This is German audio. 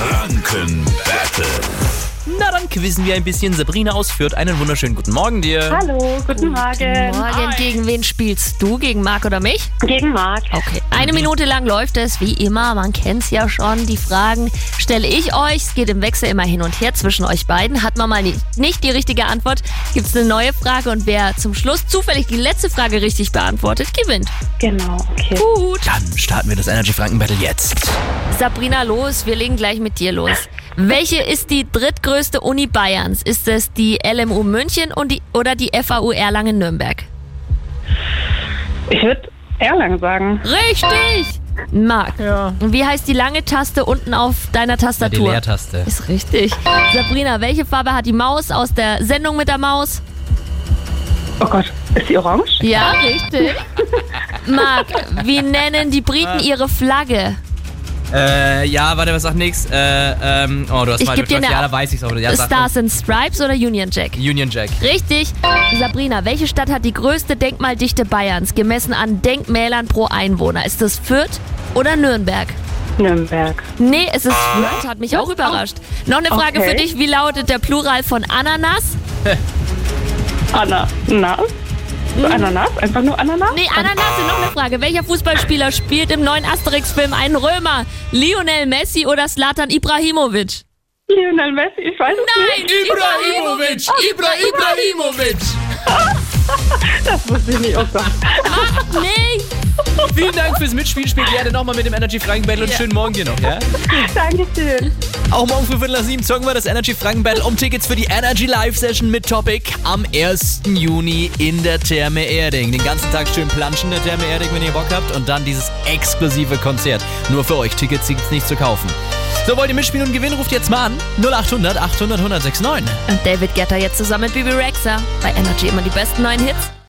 Franken Battle. Na, dann quizzen wir ein bisschen. Sabrina aus Fürth, einen wunderschönen guten Morgen dir. Hallo, guten Morgen. Morgen, gegen wen spielst du? Gegen Marc oder mich? Gegen Marc. Okay. Eine Minute lang läuft es, wie immer. Man kennt's ja schon. Die Fragen stelle ich euch. Es geht im Wechsel immer hin und her zwischen euch beiden. Hat man mal ni- nicht die richtige Antwort, gibt's eine neue Frage. Und wer zum Schluss zufällig die letzte Frage richtig beantwortet, gewinnt. Genau, okay. Gut. Dann starten wir das Energy Franken Battle jetzt. Sabrina, los. Wir legen gleich mit dir los. Welche ist die drittgrößte Uni Bayerns? Ist es die LMU München und die, oder die FAU Erlangen-Nürnberg? Ich würde Erlangen sagen. Richtig! Marc, und wie heißt die lange Taste unten auf deiner Die Tastatur? Leertaste. Ist richtig. Sabrina, welche Farbe hat die Maus aus der Sendung mit der Maus? Oh Gott, ist die orange? Ja, richtig. Marc, wie nennen die Briten ihre Flagge? Äh, ja, warte, was sagt nix? Äh, ähm, oh, du hast Ich mal geb dir Ja, eine- da weiß ich's aber. Ja, sag mal. Stars and Stripes oder Union Jack? Union Jack. Richtig. Sabrina, welche Stadt hat die größte Denkmaldichte Bayerns, gemessen an Denkmälern pro Einwohner? Ist es Fürth oder Nürnberg? Nürnberg. Nee, es ist Fürth, hat mich auch überrascht. Noch eine Frage Okay. für dich. Wie lautet der Plural von Ananas? Anna. Na? So Ananas? Einfach nur Ananas? Hm. Nee, Ananas, noch eine Frage. Welcher Fußballspieler spielt im neuen Asterix-Film einen Römer? Lionel Messi oder Slatan Ibrahimovic? Lionel Messi, ich weiß es nicht. Nein, Ibrahimovic! Ibra Ibrahimovic! Das wusste ich nicht. Oh Gott. Macht nichts! Vielen Dank fürs Mitspielen. Spielt gerne nochmal mit dem Energy Franken Battle und schönen Morgen dir noch, ja? Dankeschön. Auch morgen früh Viertel nach sieben zocken wir das Energy Franken Battle um Tickets für die Energy Live Session mit Topic am 1. Juni in der Therme Erding. Den ganzen Tag schön planschen in der Therme Erding, wenn ihr Bock habt. Und dann dieses exklusive Konzert. Nur für euch. Tickets gibt's nicht zu kaufen. So, wollt ihr mitspielen und gewinnen? Ruft jetzt mal an. 0800 800 1069. Und David Getter jetzt zusammen mit Bibi Rexer. Bei Energy immer die besten neuen Hits.